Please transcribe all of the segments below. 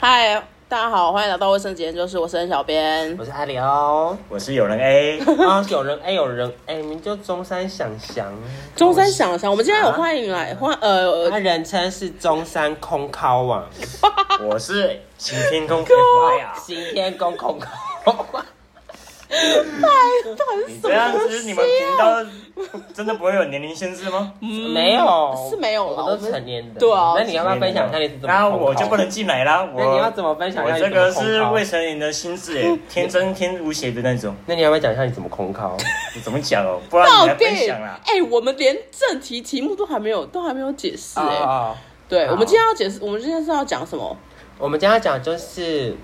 嗨，大家好，欢迎来到卫生间，就是我是任小编。我是阿辽，我是有人 A，啊，有人哎，有人哎，你们就中山想翔，中山想想，我们今天有欢迎来欢呃他人称是中山空靠网，我是晴天 空 FI 啊。行天宫空靠网，你这样子，你们频道真的不会有年龄限制吗？没有，嗯是没有啦我们都成年人，对啊那你要不要分享一下你是怎么？那我就不，能进来啦。我那你要怎么分享一我下？这个是未为，成年的心智 诶，天真天无邪的那种。那你要不要讲一下你怎么空靠？你怎么讲哦？不然到你来底分享啦。哎、我们连正题题目都还没有，都还没有解释哎、哦，对，好我们今天要解释，我们今天是要讲什么？我们今天要讲就是，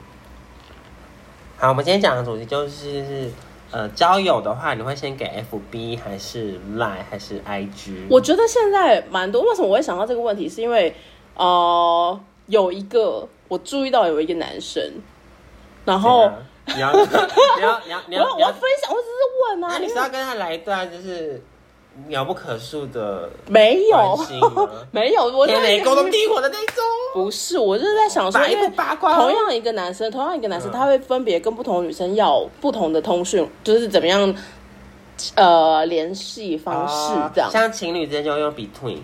好，我们今天讲的主题就是。呃，交友的话，你会先给 F B 还是 Line 还是 I G？我觉得现在蛮多，为什么我会想到这个问题，是因为呃，有一个我注意到有一个男生，然后怎样你要你要你要你我要要我你要要分享，我只是问啊，啊！你因是为要跟他来一段就是鸟不可数的没有关心吗没有，我天在雷勾动地火的那种，不是，我就是在想说，八一因为不八卦哦同样一个男生，同样一个男生，嗯他会分别跟不同女生要不同的通讯，就是怎么样，呃，联系方式啊这样。像情侣之间就用 between，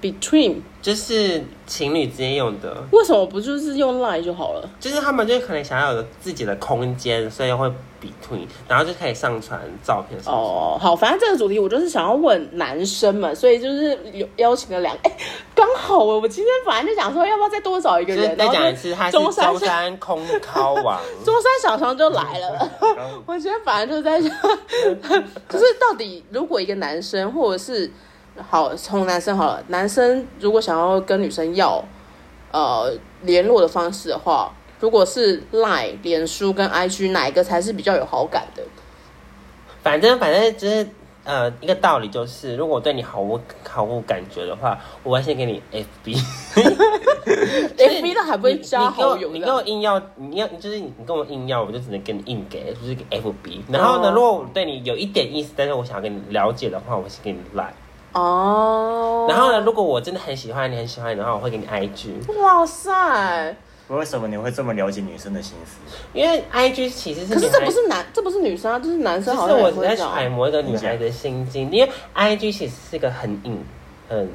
Between 就是情侣之间用的，为什么不就是用 Line 就好了？就是他们就可能想要有自己的空间，所以会 between，然后就可以上传照片什么哦，好，反正这个主题我就是想要问男生们，所以就是有邀请了两，哎、刚好我我今天本来就想说要不要再多找一个什么。就是人，再然后讲一就次，他是中山中山空靠王，中山小强就来了。嗯 我觉得反正就是在想， 就是到底如果一个男生或者是好从男生好了，男生如果想要跟女生要呃联络的方式的话，如果是 Line、脸书跟 IG 哪一个才是比较有好感 的？反正反正就是呃，一个道理就是，如果我对你毫无毫无感觉的话，我会先给你 FB。连 B 都还不会你加好友你的跟我你跟我硬要，你要就是你跟我硬要，我就只能跟你硬给，就是给 FB。然后呢，哦如果我对你有一点意思，但是我想要跟你了解的话，我是给你 Line。哦。然后呢，？如果我真的很喜欢你，很喜欢你的话，我会给你 IG，哇塞！为什么你会这么了解女生的心思？因为 IG 其实是可是女这孩不是男，这不是女生啊，这是男就生是好像也我在会这样。揣摩一个女孩的心境，因为 I G 其实是个很隐、很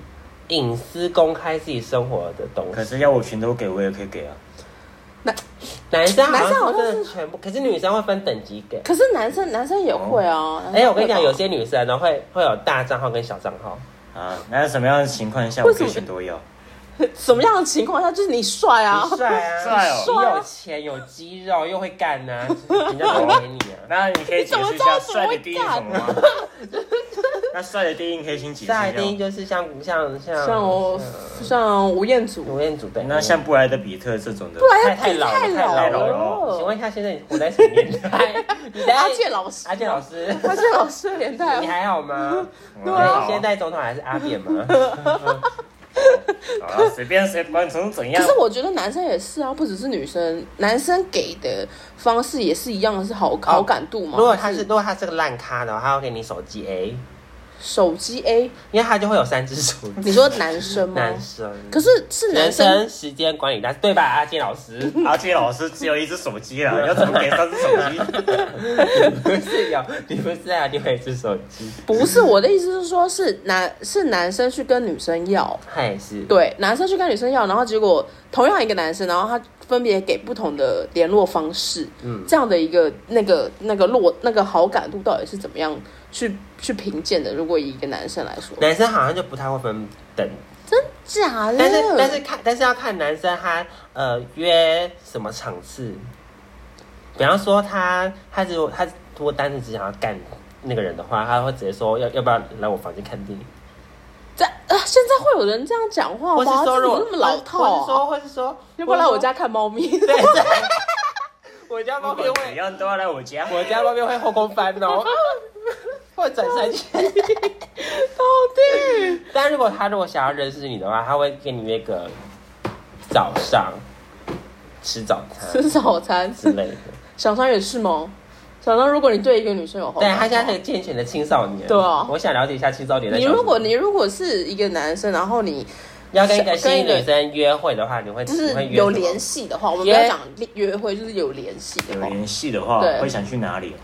隐私、公开自己生活的东可西。是要我全都给，我也可以给啊。男生男生好好像像是真的全部，可是女生会分等级给。可是男生男生也会啊。男生哎、我跟你讲，会吧有些女生呢会会有大账号跟小账号，啊，那什么样的情况下我可为什以么全都要？什么样的情况下就是你帅啊？你帅啊，帅哦你有钱有肌肉又会干呐、啊，就是人家都给你啊。那你可以解释一下帅的定义是什么吗？ 那帅的定义可以先解释下一定一下。哦就是像像像像呃我像吴彦祖，吴彦祖的，那像布莱德比特这种的，不然太老了太太老了。了请问一下，现在你活在什么年代？你在阿健老师，阿健老师，阿健老师的年你代，还好吗？哎对啊你现在总统还是阿扁吗？好了，随便谁管成怎可样是。我觉得男生也是啊，不只是女生，男生给的方式也是一样的，是好好感度嘛。哦如果他是如果他是个烂咖的话，他会给你手机 A，手机 A，因为他就会有三只手机。你说男生吗？男生，可是是男人生生时间管理大师对吧？阿健老师 阿杰老师只有一只手机啦，要怎么给三只手机？不是有，你不是啊，另外一只手机，不是我的意思是说，是男是男生去跟女生要，他也是。对，男生去跟女生要，然后结果同样一个男生，然后他分别给不同的联络方式，嗯嗯，这样的一个那个那个落那个好感度到底是怎么样去去评鉴的？如果以一个男生来说，男生好像就不太会分等，假的，但是但是看，但是要看男生他呃约什么场次。比方说他他如果他如果单纯只想要干那个人的话，他会直接说要要不要来我房间看电影。在啊，现在会有人这样讲话或吗？是说，哦这如怎么 果那么老或是套、啊？说，或是说，要不 要来我家看猫咪？ 或是说？对 对，我家猫咪一会，样都要来我家。我家猫咪会后空翻哦， 会转身去。到 底但如果他如果想要认识你的话，他会跟你约个早上吃早餐吃早餐？之类的。小张也是吗？小张，如果你对一个女生有好对感，他现在是个健全的青少年。对啊我想了解一下青少年在你想什么。如果你如果是一个男生，然后你要跟一个新女生约会的话，你会就是你会约有什么联系的话，我们不要约讲约会，就是有联系的有话，联系的话对，会想去哪里？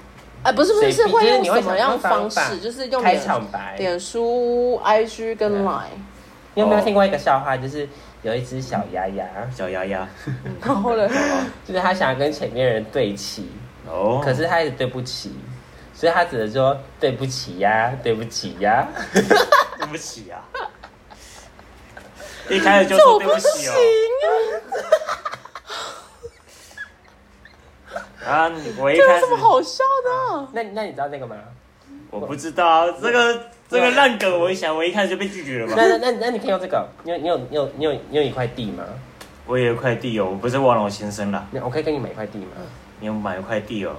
哎，不是不是，所是以会就是用你会什想么用样方方法式？就是用开脸场白。啊脸书、IG 跟 Line，你有没有哦听过一个笑话？就是有一只小鸭鸭，小丫丫。然 后呢，就是它想要跟前面人对齐，哦，可是它一直对不起，所以它只能说对不起呀，对不起呀。对不起啊，一开始就这我说不对不起哦。行啊，啊，我一这有开什始么好笑的啊？那那你知道那个吗？我不知道这个这个烂梗，我一想我一开始就被拒绝了 吧那。那那那你可以用这个，你有你有你有你有你有一块地吗？我有一块地哦，我不是王龙先生啦，你我可以跟你买一块地吗？嗯你有买一块地哦，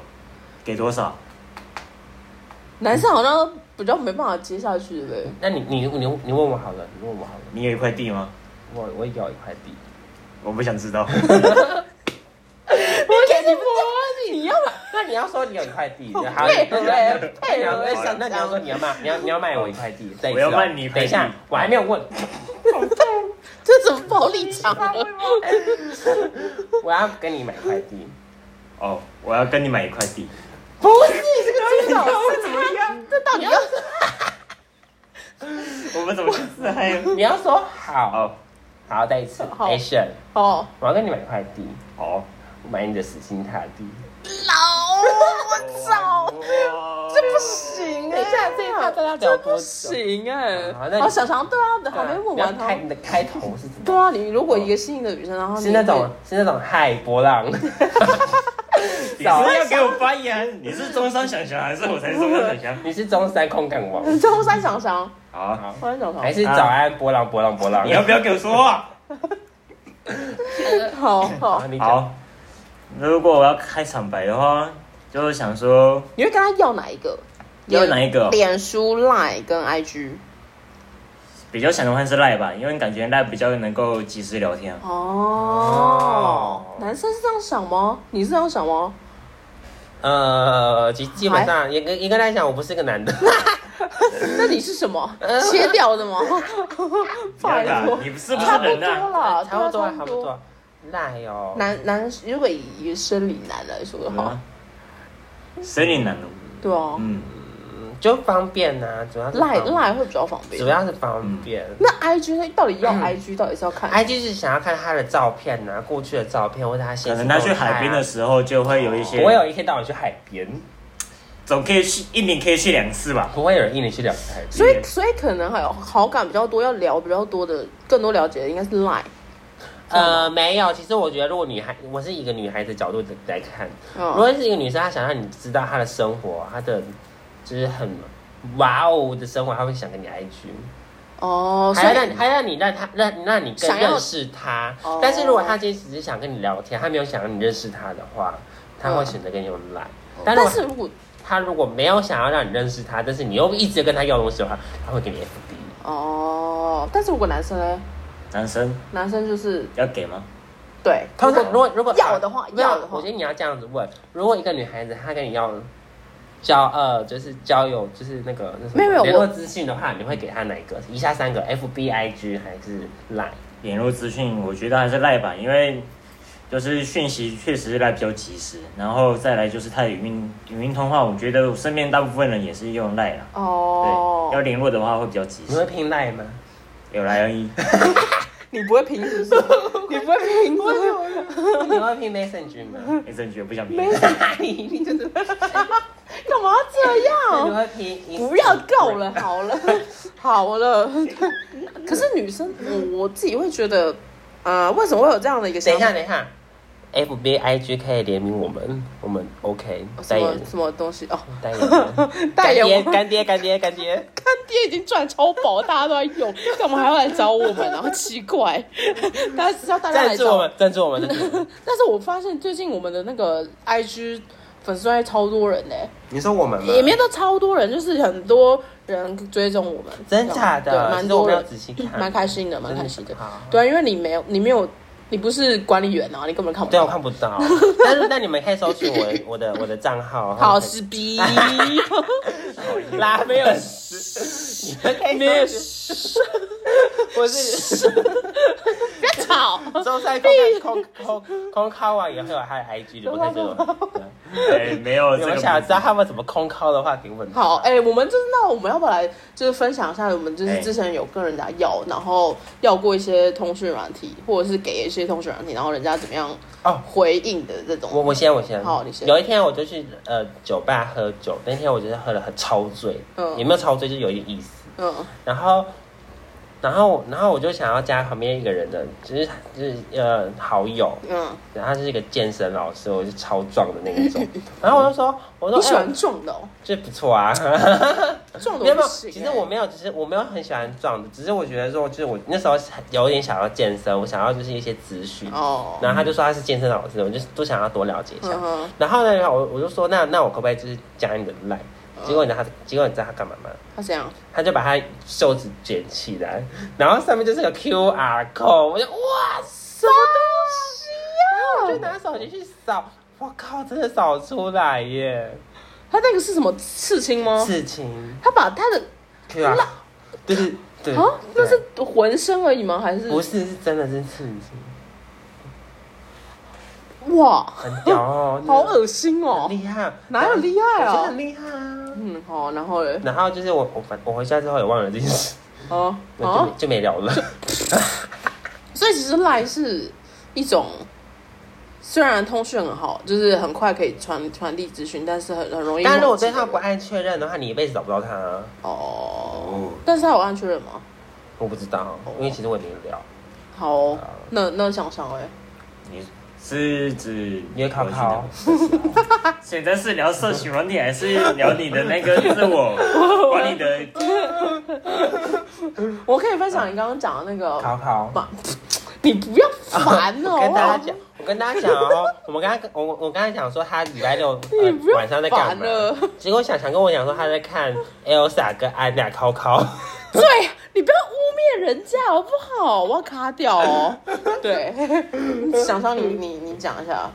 给多少？男生好像比较没办法接下去，对不对？那你你你你问我好了，你问我好了，你有一块地吗？我我有一块地，我不想知道。 我给你播，你要那你要说你有一块地，好，配合欸对那你配要合欸那你要说你要卖，你要你要卖我一块地，等一我下哦要卖你一块等一地下，我还没有问，这怎么暴力场了？我要跟你买一块地，哦，我要跟你买一块地。不是这个金老哦师怎么样？这到底要我们怎么去自嗨？你要说好，哦，好，再一次好，action，哦？我要跟你买一块地，好，我买你的死心塌地。老我操！哇，这不哦行哎、等一下这一趴大家聊多久这不行哎、好那你好，小常对啊，还没问你要完他开。你的开头是怎么对？啊，你如果一个新的女生，然哦后你是那种是那种嗨波浪， 你是要给我发言？你是中山想想还是我才是中山想想？你是中山空港王，中山小翔，好，中山小还翔，是早安波浪波浪波浪？你啊 要不要给我说话？ 好好好，，哦你讲，好，如果我要开场白的话，就是想说你会跟他要哪一个？要哪一个脸书、Line 跟 IG。比较想的话是赖吧，因为感觉赖比较能够及时聊天啊。哦哦，男生是这样想吗？你是这样想吗？ 呃，基基本上严格严格来讲，我不是个 男的，那你是什 么？切掉的吗？拜托，你不是不差是不多人啊呐？了，差不多对啊啊差不。多。赖哦，男男，如果以一个生理男来说的话，啊森林男的，对啊，嗯，就方便呐，主要是赖方便赖会比较方便。主要是方便。那 IG 呢到底要嗯 IG 到底是要看 I G 是想要看他的照片呐、过去的照片或者他现可实能动他态啊去海边的时候就会有一些，不会有一天到晚去海边，总可以去一年可以去两次吧。不会有人一年去两次海边。所以，所以可能还有好感比较多，要聊比较多的，更多了解的应该是 Line。呃，没有。其实我觉得，如果女孩，我是一个女孩子角度来看，如嗯，果是一个女生，她想让你知道她的生活，她的就是很哇哦的生活，她会想跟你 IG，哦，所还要让你以还要让你让她让让你更想要认识她哦。但是如果她今天只是想跟你聊天，她没有想让你认识她的话，她会选择跟你用 Line。但嗯哦但是是如果她如果没有想要让你认识她，但是你又一直跟她要东西的话，她会给你 FB。哦，但是如果男生呢？男生男生就是要给吗？对，通常如果如果要的话没有要的话我觉得你要这样子问：如果一个女孩子她跟你要交呃，就是交友，就是那个那什么没有没有联我络资讯的话，你会给她哪一个？以下三个：F B I G 还是 Line？联络资讯，我觉得还是赖吧，因为就是讯息确实赖比较及时，然后再来就是他的语音语音通话，我觉得我身边大部分人也是用赖啦。哦对，要，联络的话会比较及你会时，拼 Line 吗？有来有一。你不会拼是不 是？你不会拼是不是？你会拼 Messenger 吗？没证据， 不想没编。有，你你真的干嘛这那你 样？会拼？不要够。了，好了， 好 了。可是女生，我我自己会觉得，呃，为什么会有这样的一个想等一法下，？等一下。F B I G 可以联名我们，我们 OK 什代么言什么东西哦？ 代言人代言我干爹干爹干爹干爹已经赚超饱，大家都在用，干嘛还要来找我们啊？然后奇怪，大家只要大干家来爹赞助找我们赞助我们赞助我们，但是我发现最近我们的那个 IG 粉丝团超多人呢、你说我们吗？也没有到超多人，就是很多人追踪我们，真假的对，蛮多人其实我没有仔细看蛮开心的，蛮真的开心的好。对啊，因为你没有，你没有，你不是管理员啊，你根本看不对，我到。看不到。但是但你们可以搜寻我的我的我的账号。好，是是 逼，拉没有屎，你们可以没有搜寻我是不要吵，周三空空空空靠完也会有他的 IG 留在这种。哎，没有你这个们不想行知道他们怎么空靠的话，给我们。好，哎、我们就是那我们要不要来就是分享一下我们就是哎之前有跟人家要，然后要过一些通讯软体，或者是给一些通讯软体，然后人家怎么样哦回应的这种。我我先我先，好你先有一天我就去呃酒吧喝酒，那天我就是喝了很超醉，嗯也没有超醉，就是有一点意思。嗯然后，然后，然后我就想要加旁边一个人的，就是就是呃好友，嗯，然后他是一个健身老师，我是超壮的那 一种。然后我就说，我说你喜哎欢壮的、哦，这不错啊，壮没的我有没有，不行、欸其实我没有，只是我没有很喜欢壮的，只是我觉得说，就是我那时候有点想要健身，我想要就是一些资讯。哦，然后他就说他是健身老师，我就都想要多了解一下。嗯哼，然后呢，我我就说那那我可不可以就是加你的 line？结嗯果你知道他，结果你知道他干嘛吗？他这样，他就把他袖子卷起来，然后上面就是个 QR code，我就哇塞，什么东西呀、然后啊啊我就拿手机去扫，我靠，真的扫出来耶！他那个是什么刺青吗？事情他把他的 QR，就是对啊，那对是浑身而已吗？还是不是是真的是刺青，哇，很屌哦，好恶心哦很！厉害，哪有厉害啊我觉得很厉害啊。嗯，好，然后嘞，然后就是我我反我回家之后也忘了这件事，哦我就哦没，就没聊 了。所以其实赖是一种，虽然通讯很好，就是很快可以传传递资讯，但是很很容易忘记的人。但如果对他不按确认的话，你一辈子找不到他、啊哦，但是他有按确认吗？我不知道，因为其实我也没聊。好哦、那那想想哎、你是指约考考回去的？现在是聊社群软体，还是聊你的那个自 我管理的？我可以分享你刚刚讲的那个考考，嘛，你不要烦 哦、我跟好不好大家讲，我跟大家讲哦，我们刚刚我我刚才讲说他礼拜六、你不呃、要晚上在干嘛烦了，结果想想跟我讲说他在看 Elsa 跟安娜考 考，对你不要污蔑人家好不好？我要卡掉 哦、对，想想你你你讲一下，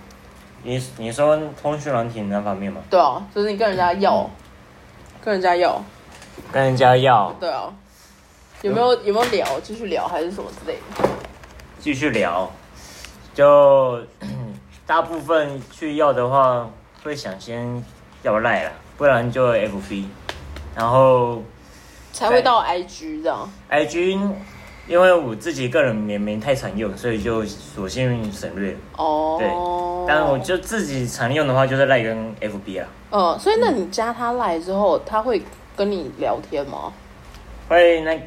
你你说通讯软体那方面吗？对哦、就是你跟人家要，跟人家要。跟人家要对啊，嗯有没有有没有聊继续聊还是什么之类的？继续聊，就 大部分去要的话，会想先要赖啦，不然就 FB，然后才会到 IG 这样。 IG，因为我自己个人也没太常用，所以就索性省略。哦，但我就自己常用的话，就是赖跟啊 FB 啦。嗯，所以那你加他来之后，他会跟你聊天吗？会那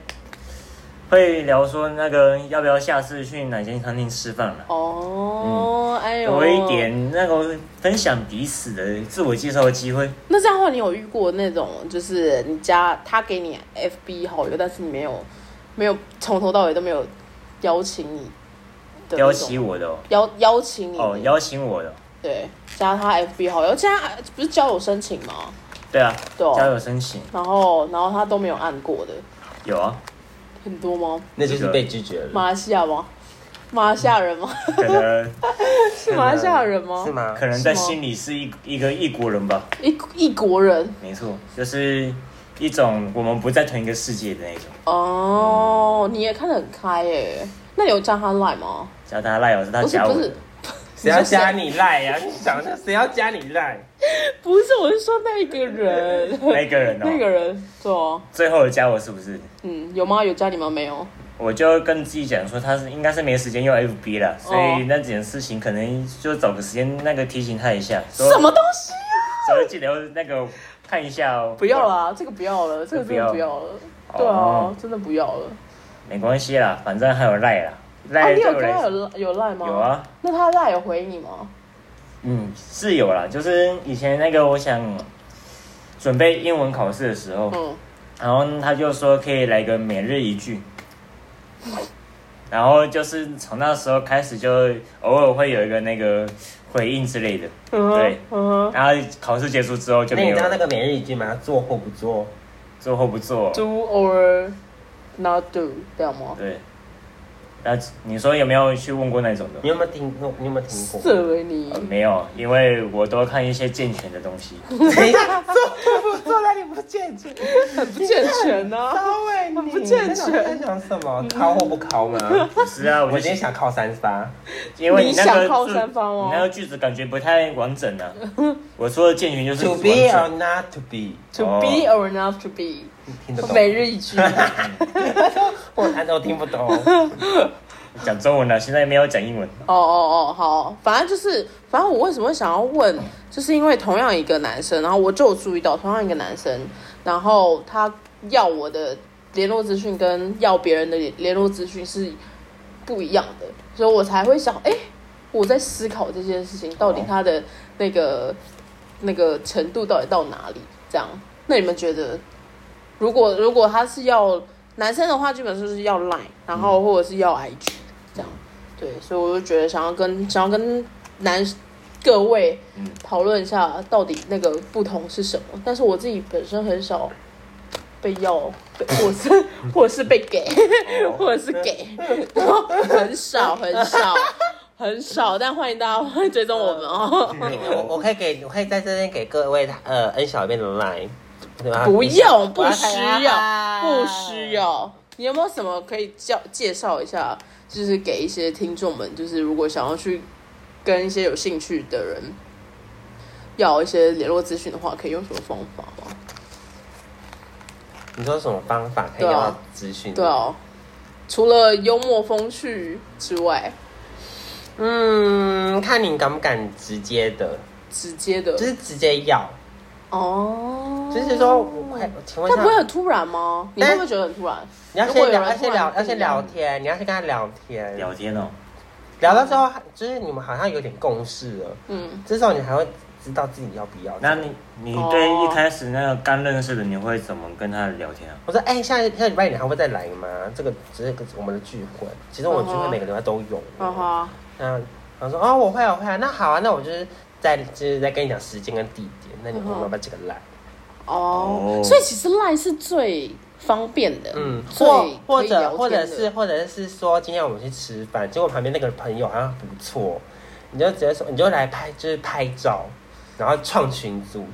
会聊说那个要不要下次去哪间餐厅吃饭了、哦，哎呦，嗯多一。点那个分享彼此的自我介绍的机会。那这样的话，你有遇过那种就是你加他给你 FB 好友，但是你没有没有从头到尾都没有邀请你的那种邀请我的哦，邀邀请你哦邀请我的哦，对加他 FB 好友，加不是交友申请吗？对啊，对哦交友申请然后然后他都没有按过的，有啊，很多吗？那就是被拒绝了，马来西亚吗？马来西亚人吗？可能是马来西亚人吗？是吗？可能在是吗心里是一一个异国人吧，一一国人没错，就是一种我们不在同一个世界的那种。哦，你也看得很开耶。那你有加他 line 吗？加他赖我哦是他不是加我不 的是，谁要加你赖呀、你想一下，谁要加你赖？ 不是，我是说那个人，那个人哦， 那个人对啊，最后的加我是不是？嗯，有吗？有加你吗？没有。我就跟自己讲说，他是应该是没时间用 FB 了，哦所以那件事情可能就找个时间那个提醒他 一下，说什么东西啊？稍微记得要那个看一下哦。不要，啦，这个不要了，这个真的这不不要要了。哦对啊，真的不要了。没关系啦，反正还有赖啦，啊，赖你有对我跟来他说，有有 line 吗？有啊。那他 line 有回你吗？嗯，是有啦，就是以前那个我想准备英文考试的时候，嗯，然后他就说可以来个每日一句，然后就是从那时候开始就偶尔会有一个那个回应之类的，嗯哼对，嗯哼。 然后考试结束之后就那你没有知道那了个每日一句吗？做或不做？做或不做， do or not do 这样吗？对。那你说有没有去问过那种的你？有没有听过？你有没有听 过？色为你呃没有，因为我都看一些健全的东西。 等一下，做或不做哪里不健全？很 不健全呢。高很伟，不嗯健全欸你在想什么？考或不考吗？不是 啊，我我就今天想考三发，因为你那理个想靠句山方哦你那个句子感觉不太完整啊。我说的健全就是 To 完 be or 整， not to be， To be or not to be，你听得懂？每日一句。 我难道听 不懂？讲中文了，啊现在没有讲英文。哦哦哦，好，反正就是，反正我为什么会想要问，就是因为同样一个男生，然后我就有注意到同样一个男生，然后他要我的联络资讯跟要别人的联联络资讯是不一样的，所以我才会想，哎、我在思考这件事情，到底他的那个那个程度到底到哪里？这样，那你们觉得，如果如果他是要男生的话，基本上就是要 Line，然后或者是要 IG 这样。对，所以我就觉得想要跟想要跟男各位嗯讨论一下到底那个不同是什么。但是我自己本身很少被要，被我是我是被给， 我是给，然后很少很少很少。但欢迎大家 会追踪我们哦。我我可以给，我可以在这边给各位呃 N 小编的 line，对 吧不用，不 我要需看要，啊不需要。你有没有什么可以教介绍一下？就是给一些听众们，就是如果想要去跟一些有兴趣的人要一些联络资讯的话，可以用什么方法吗？嗯你说什么方法可以对啊要资讯？对哦，除了幽默风趣之外，嗯，看你敢不敢直接的，直接的就是直接要，哦，就是说，我哎请但问一下不会，很突然吗？你但会不会觉得很突然？你要如果先有聊，人啊要突先然聊，要跟先你聊天，你要先跟他聊天，聊天哦，聊到之后，就是你们好像有点共识了，嗯，这时候你还会知道自己要不要。那你你对一开始那个刚认识的，你会怎么跟他聊天啊？我说，哎、下下礼拜你还会再来吗？这个只是我们的聚会，其实我们聚嗯会哼每个礼拜都有。哈哈，那他说哦，我会啊，我会啊，那好啊，那我就是在就是在跟你讲时间跟地点，那你嗯我哼们要不要这个来？哦哦，所以其实赖是最方便的，嗯，最或或可以聊天者或者的是或者是说，今天我们去吃饭，结果旁边那个朋友好像不错，你就直接说，你就来拍，就是拍照，然后创群组，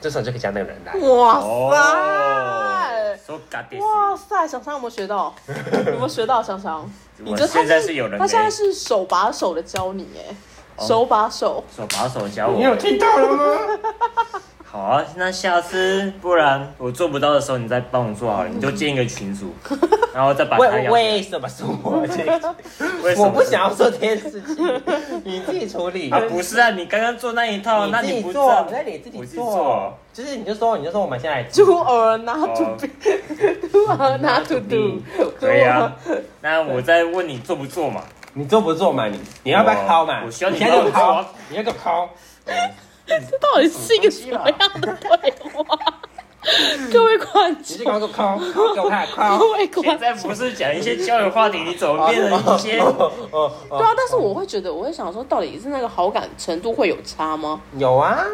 这时候就可以叫那个人来。哇哦塞， ，so g o d 哇塞，想想有没有学到？有没有学到？想 想，你我觉得他现在是有人他现在没哦是手把手的教你耶，手把手。手把手教你有我。听到了吗？好啊，那下次不然我做不到的时候，你再帮我做好了，你就建一个群组，然后再把他为邀。为什么是我这个？为什么我不想要做这件事 情，你自己处理。啊，不是啊，你刚刚做那一套，那自己不做做，，那你自我己自己做做，就是你就说，你就说我们现在来 Do or not 哦 to be, do or not to do。可以啊。那我再问你做不 做嘛？你做不做嘛？你你要不要敲嘛？我我需要你现在就帮我做敲啊，你要给我敲。这到底是一个什么样的对 话？各位观你众就，给我 敲，敲给我看，啊敲。各位观啊众。现在不是讲一些交友话题，你怎么变成一些？ 哦对啊，但是我会觉得，我会想说，到底是那个好感程度会有差吗？有啊，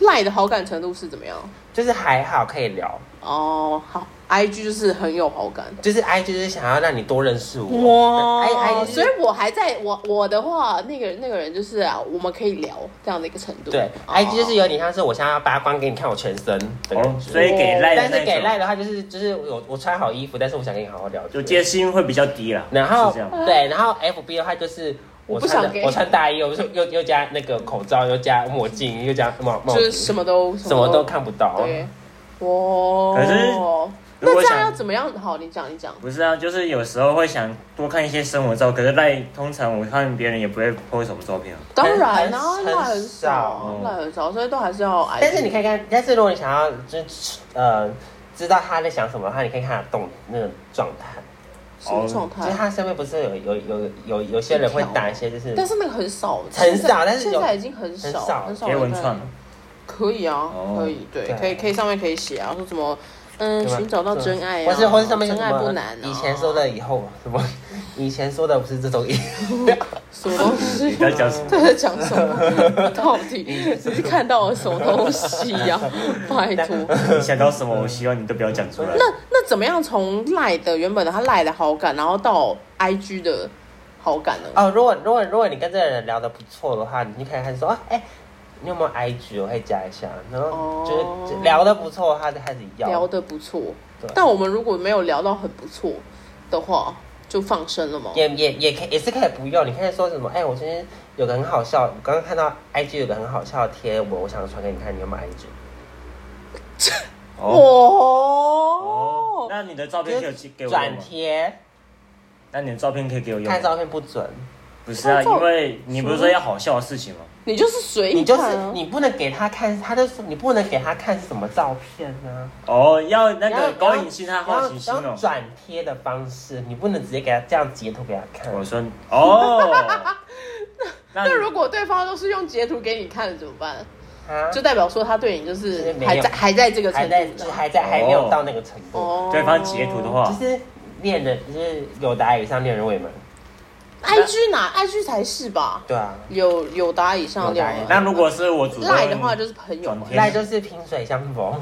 赖的好感程度是怎么样？就是还好可以聊，哦，好，IG 就是很有好感。就是 I 就是想要让你多认识我。哇哎哎就是哦所以我还在我我的话，那个那个人就是啊，我们可以聊这样的一个程度。对哦，I G 就是有点像是我现在要扒光给你看我全身的感哦，觉，所以给赖的但那是种给赖的话就是就是我我穿好衣服，但是我想跟你好好聊，就戒心会比较低啦。然后是这样，对，然后 F B 的话就是我我不穿想的给我穿大衣，又又又加那个口罩，又加墨镜，又加帽帽就是子，什么都什么都看不到。对。哇，可是如那果这样要想怎么样？好，你讲，你讲。不是啊，就是有时候会想多看一些生活照，可是赖通常我看别人也不会 po 什么照片啊。当然啊，很那很很少少，那很少，所以都还是要 IG。但是你可以看，但是如果你想要就是呃知道他在想什么的话，你可以看他的动那个状态。什么状态就是？他身边不是有有有有有些人会打一些就是但是那个很少，很现在少但是有现在已经很少，很少很少贴人文在串，啊可以啊哦，可以，对，对可以，可以上面可以写啊，说什么，嗯，对吧寻找到真爱啊，或是或是上面有真什爱么不难啊，以前说的以后什么，以前说的不是这种 意思，什么东西 啊你？在讲什么？这在讲什么？到底你是看到了什么东西呀、拜托，你想到什么？嗯我希望你都不要讲出来。那那怎么样从赖的原本的他赖的好感，然后到 IG 的好感呢？啊哦，如果如果如果你跟这个人聊得不错的话，你就可以开始说，哎、你有没有 IG？我可以加一下。然后哦就是聊得不错，他就开始要。聊得不错对，但我们如果没有聊到很不错的话，就放生了吗？也也也可以也是可以不用，你可以说什么？哎、我今天有个很好笑，我刚刚看到 IG 有个很好笑的贴文，我想传给你看，你有没有 IG？哦哦，那你的照片可以给我用转吗？贴，那你的照片可以给我用看吗？照片不准，不是啊，看照因为你不是说要好笑的事情吗？你就是随意你就是看啊你不能给他看，他就说你不能给他看是什么照片啊呢、哦，要那你要个勾引性他好奇心要要哦。转贴的方式，你不能直接给他这样截图给他看。我说 哦，那那如果对方都是用截图给你看的怎么办？啊，就代表说他对你就就是是没有还在还在这个还程在度就上还在还没有到那个程度，哦对方截图的话就，是恋人就是有达以上恋人未满， ，IG 哪 IG 才是吧？对啊，有有达以上有聊达以上那如果是我主动赖的话就是朋友嘛转，贴那就是萍水相逢。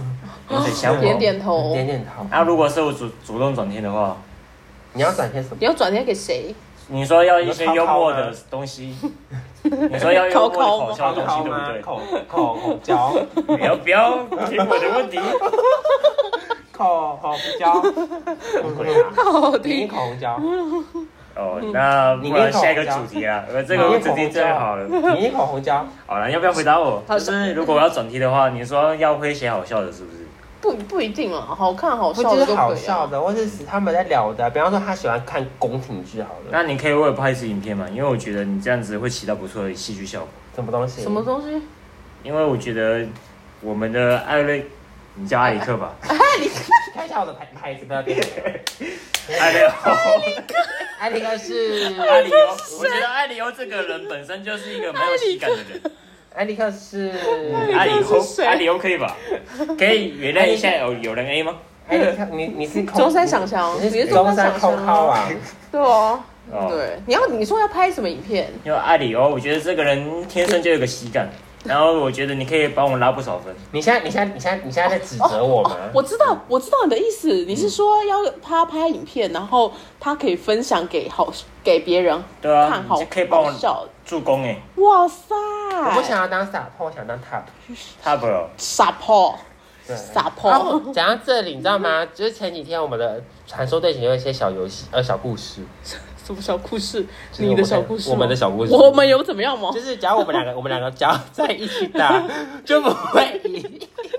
萍水相点逢。点头。点点头。哦那如果是我主主动转贴的话，你要转些什么你？要转贴给谁？你说要一些幽默有的靠东西，你 说要幽默的靠好靠笑的东西，对不对？口口口交，不要不要听我的问题，口口交，鬼啊！好 你听，口交，哦，那你不然念口下一个红胶主题啊，呃，这个主题真的好了。你口 红交，好了，要不要回答我？好就是如果我要转题的话，你说要会写好笑的，是不是？不不一定了，好看好或笑者的是都好可以笑啊。的，或者是他们在聊的，比方说他喜欢看宫廷剧，好了，那你可以为我拍一支影片嘛？因为我觉得你这样子会起到不错的戏剧效果。什么东西？什么？东西？因为我觉得我们的艾瑞，你叫艾里克 吧，看一下我的牌牌子，不要 给你。艾里欧，哎，那个是，艾里欧，我觉得艾里欧这个人本身就是一个没有喜感的人。哎，那个是，艾里克欧是，谁艾里欧可以吧？可以原谅一下有有人 A 吗？哎，你看你你是中山想象你你是是中中山想山扣象靠啊，对哦，哦对，你要你说要拍什么影片？因为艾里哦欧，我觉得这个人天生就有个喜感，然后我觉得你可以帮我拉不少分。你现在你现在你现在你现在在指责我吗？ 我知道，我知道你的意思，你是说要他拍影片，然后他可以分享给好给别人对啊看好，你可以帮我好笑。助攻哎哇塞！我不想要当傻炮，我想当 top。 ，top 哦傻炮，对啊傻然后炮，讲到这里，你知道吗？就是前几天我们的传说队形有一些小游戏，呃，小故事， 什么小故事？就是你的我们小故事吗，我们的小故事我们有怎么样吗就？是假如我们两个，我 们两个只要在一起 打，就不会赢。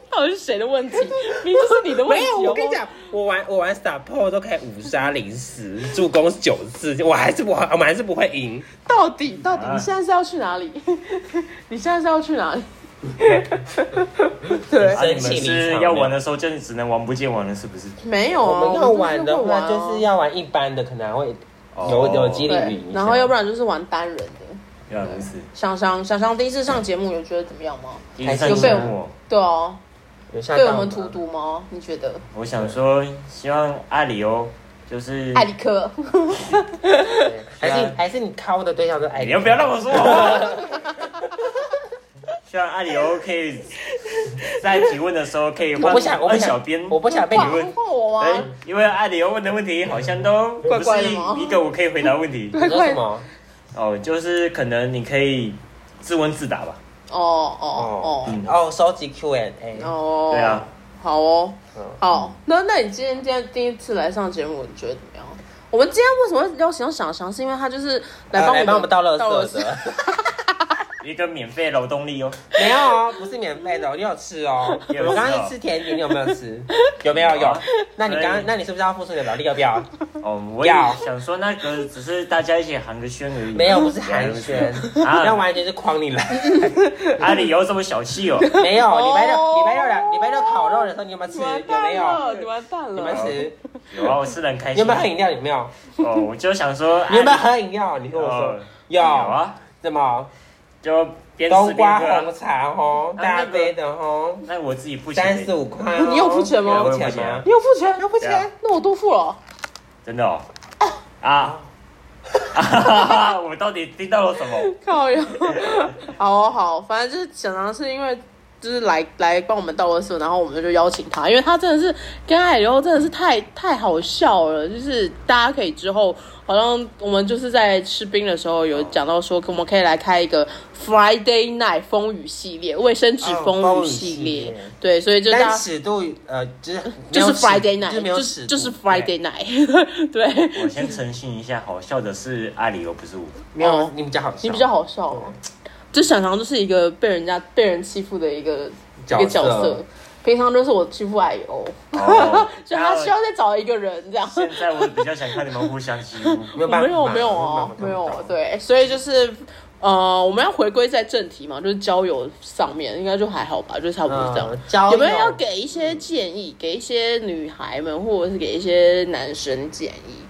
到底是谁的问题？明明就是你的问没题。哦有，我跟你好讲，我玩我玩傻炮都可以五杀零死，助攻九次，我还是不我们还是不会赢。不好，到底到底啊你现在是要去哪 里？你现在是要去哪 里？对，啊，你生气们是要玩的时候就只能玩不见玩了，是不是？没有我啊，们要玩的话，就啊就是要。要玩一般的，可能还会哦有有几率对赢一，下。然后要不然就是玩单人的。要如此。想想想想第一次上节嗯目，有觉得怎么样吗？第一上节目，对哦，有下对我到嗯们吗荼毒吗？你觉得？我想说，希望艾里欧就是艾，里 克，对还是你还是你敲的对象是艾啊你利要不要让我说好不好？ 希望艾里欧可以在提问的时候可以我换不想，我不换小想编，我不想被你换问。换我啊哎哦吗？，因为艾里欧问的问题好像都不怪怪的是吗一个我可以回答问题。 快你说快什么？哦，就是可能你可以自问自答吧。哦哦哦嗯哦，收集 Q&A。哦，对啊，好哦，嗯好，那那你今天今天第一次来上节目，你觉得怎么样？我们今天为什么要想想想，是因为他就是来帮呃来帮我们倒垃倒圾的，一个免费劳动力哦，没有哦，不是免费的哦，你有吃 哦。有吃哦我刚刚吃甜点，你有没有吃？ 有没有？有有。啊哎那你刚所以刚，那你是不是要付出你的劳力？要不要？哦，我也要想说那个只是大家一起喊个宣而已。没有，不是寒暄， 那 啊，完全是诓你 来。阿里有这么小气哦？没有，礼拜哦六，礼拜六的，礼拜六烤肉的时候，你有没有你吃？ 完有 蛋没了，有？你完蛋有没有了，吃？有啊，我是很开你有心没。有喝饮料？有没有？哦，我就想说， 你有没有啊喝饮料？你跟我说哦有有。啊，怎么？就边吃冬边瓜喝啊红。茶哦，啊大那个杯的哦，那我自己付钱三欸，十五块哦。你有付钱吗有付我有钱付钱吗啊？你有付钱？有付对啊钱。那我都付了，真的哦。啊。 啊！我到底听到了什么？靠呀！好哦好，反正就是想尝是因为就是来来帮我们倒垃圾，然后我们就邀请他，因为他真的是跟艾里欧真的是太太好笑了，就是大家可以之后好像我们就是在吃冰的时候有讲到说，我们可以来开一个 Friday Night 风雨系列，卫生纸哦风风雨雨系系列，列对，所以啊就大但家。尺度呃，就是就是没有尺 Friday 就 night，是没有就尺是度，就是 Friday night，对， 我先澄清一下，好笑的是阿里哦，不是 我。没有哦你比较好笑，你比较好笑哦，就想常就是一个被人家被人欺负的一个角一个角色色，平常都是我欺负矮油，哦所以他需要再找一个人这样。 现在我比较想看你们互相欺负。没有办法，没有没有啊，办法嗯没有办法对，所以就是呃，我们要回归在正题嘛，就是交友上面应该就还好吧，就差不多这样。嗯交友有没有要给一些建议，给一些女孩们或者是给一些男生建议？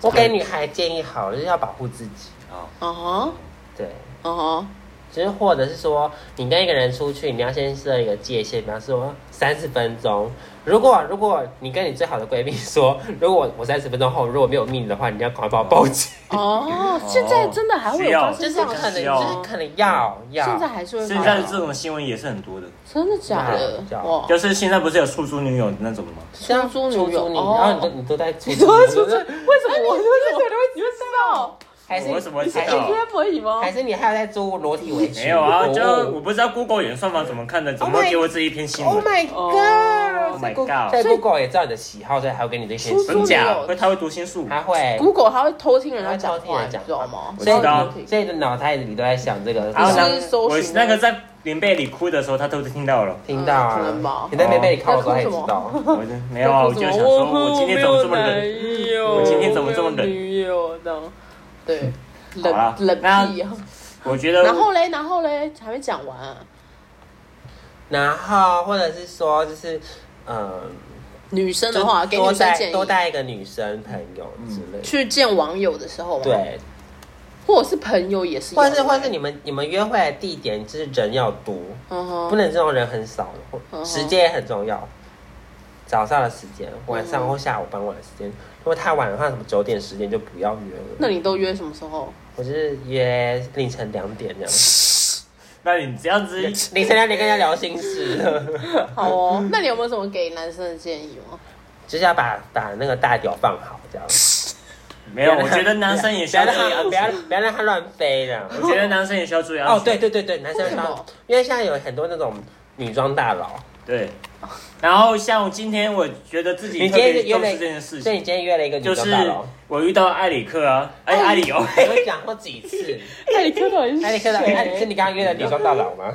我给女孩建议好了，就是要保护自己，好，啊哈，对。啊 哈，就是或者是说，你跟一个人出去，你要先设一个界限，比方说三十分钟。如果如果你跟你最好的闺蜜说，如果我三十分钟后如果没有命的话，你要赶快帮我报警。哦，现在真的还会有需要发就生是这样可的能事需情要就是可能要要，现在还是会现发在生，啊这种新闻也是很多的，真的假的这？样哇！就是现在不是有出租女友那种的哦吗？像出租女出友租你，哦然后你都你 都在出你都会出就是为什么我就会觉得你会知道？还是我怎么会知还道是你贴不以吗？还是你还有在租裸体围裙？没有啊，哦就我不知道 Google 演算法怎么看的，怎么会给我这一篇新 Oh 闻？ my Oh god！ my 在 Google- god 在哦 Google 也知道你的喜好，所以还会给你这些出。租真女假友？啊会他会读心术？他会 Google 它会偷听人家讲偷听话，人你家知道吗？我知道偷听所以你的脑袋里都在想这个。然后是呢搜寻我那个在棉被里哭的时候，他都 听到了。听到啊嗯可能吧你在哦那边你看我的时候，他也知道。我就没有啊，我就想说，我今天怎么这么冷？冷我今天怎么这么冷女友呢？ 对，好啦冷冷屁啊！我觉得然后嘞，然后嘞，还没讲完啊。然后或者是说，就是嗯，女生就的啊话，给女多生带建多议，带一个女生朋友之类的。去见网友的时候，，啊对，或者是朋友也是有，或者是或者是你们你们约会的地点就是人要多，嗯不哼，能这种人很少的，嗯或时间也很重要。早上的时间，晚上或下午傍晚的时间，如果太晚的话，什么九点十点就不要约了。那你都约什么时候？我就是约凌晨两点 这样，那你这样子，凌晨两点跟人家聊 心事，好哦， 那你有没有什么给男生的建议吗？就是要把把那个大屌放好这样。没有，我觉得男生也需不要要让注意他 不要安全。不要让他乱飞的。我觉得男生也需要注意安全。哦，对对对对，男生为什么要，因为现在有很多那种女装大佬，对。然后像我今天，我觉得自己你特今天别约重了视这件所事以情，你今天约了一哦个女就是装大佬，我遇到艾里克啊，哎，艾里 哦，我有讲过几 次？那你看到底是哎，你看到，哎，是你刚刚约的女装大佬吗？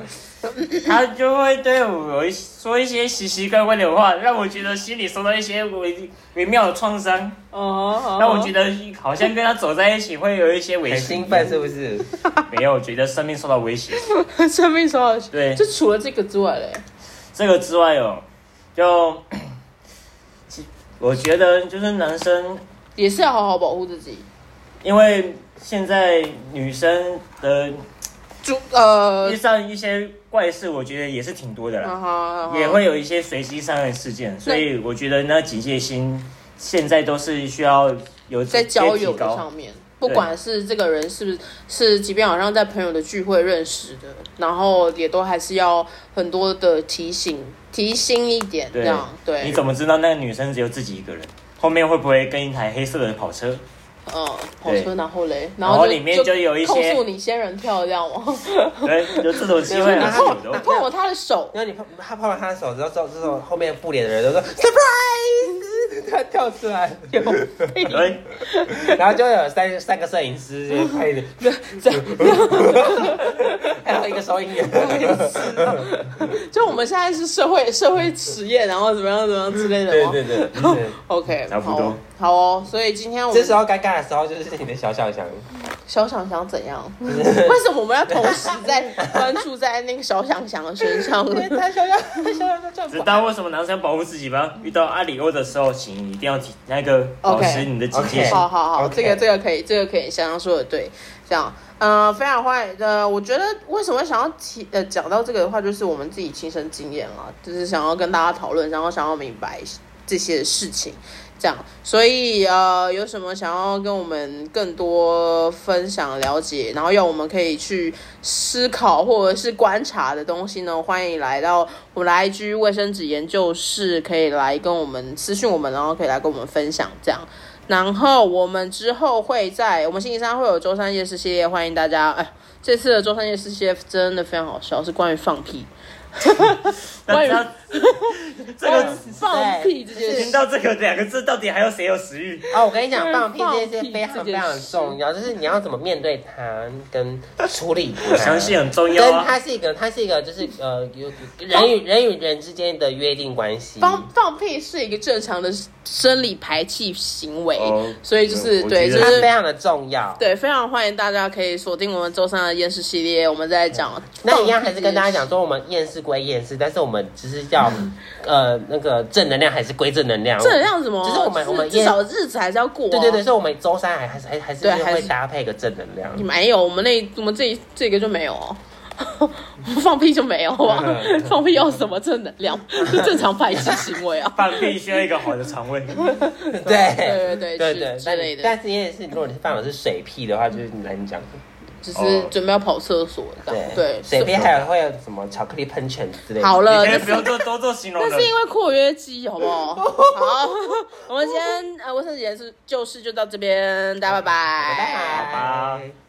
他就会对我说一些奇奇怪怪的话，让我觉得心里受到一些微微妙的创伤，哦，让我觉得得好像跟他走在一起会有一些危很险兴。奋是不 是？没有，我觉得生命受到 威胁。 生命所有，对就除了这个之外嘞，这个之外哦，就 其我觉得就是男生，也是要好好保护自己。因为现在女生的主呃遇，上一些怪事，我觉得也是挺多的啦。啊哈也会有一些随机伤害事件，所以我觉得那警戒心现在都是需要有在交友提的高上。面，不管是这个人是不是是，即便好像在朋友的聚会认识的，然后也都还是要很多的提醒，提醒一点这对样。对，你怎么知道那个女生只有自己一个人？后面会不会跟一台黑色的跑车？嗯跑车，对然后嘞，然后后就里面就就有一些控诉你仙人跳这样 吗？对，有这种机会对还然是后有的你哦。碰我他的手，然后你碰他碰了他的手之后，之后之后后面不脸的人都说 surprise，他 跳出来，对，然后就有三三个摄影师就拍的， 这样还有一个收银员，就我们现在是社会社会实验，然后怎么样怎么样之类的哦吗？对对对。 OK，差不好多哦，好哦。所以今天我 这们时候尴尬的时候就是你的小小香，小想想怎样？为什么我们要同时在关注在那个小想想的身上呢？他小小他小小就这样知道为什么男生保护自己吗？遇到阿里欧的时候，请一定要提那个保 OK 持你的警戒 OK 心。好好好 OK 这个这个可以，这个可以，想想说的对，这样。呃，非常欢迎。呃，我觉得为什么想要提呃讲到这个的话，就是我们啊自己亲身经验啦，就是想要跟大家讨论，然后想要明白这些事情。这样，所以呃，有什么想要跟我们更多分享、了解，然后要我们可以去思考或者是观察的东西呢？欢迎来到我们的 IG 卫生纸研究室，可以来跟我们私讯我们，然后可以来跟我们分享这样。然后我们之后会在我们星期三会有周三夜市系列，欢迎大家。哎，这次的周三夜市系列真的非常好笑，是关于放屁，那关于知道这关于个 放屁这件听事。到这个两个字，到底还有谁有食欲？ 哦，我跟你讲，嗯放屁放这件屁事非这常非件常事重要，就是你要怎么面对它跟处理它。我 相信很重要跟啊。它是一个，它是一个，就是呃，有人与人与人之间的约定关系。嗯放放屁是一个正常的生理排气行为，哦所以就是我对，觉就得它是非常的重要。对，非常欢迎大家可以锁定我们周三的厌世系列，我们在讲。那一样还是跟大家讲，说，我们厌世归厌世，但是我们只是 要，呃，那个正能量还是归正能量。这能量怎么？就是我们我们至少日子还是要过、啊。对对对，所以我们周三还还是还还是对还会是搭配一个正能量。没有，我们那我们这一这个就没有、 哦，我们放屁就没有 啊，放屁要什么正能量？就正常排气行为啊。放屁需要一个好的 肠胃，对对对对之对，之但类的但是也是，如果你是放的是水屁的话，就是你来你讲， 只是准备要跑厕所这样。哦对，所水以屁还有会有什么巧克力喷泉之类的。好了，你可以呃那不是用做多做形容那的是。因为括约肌，好不 好？好，我们今天呃卫生纸也是就是就到这边，大家拜拜拜拜。拜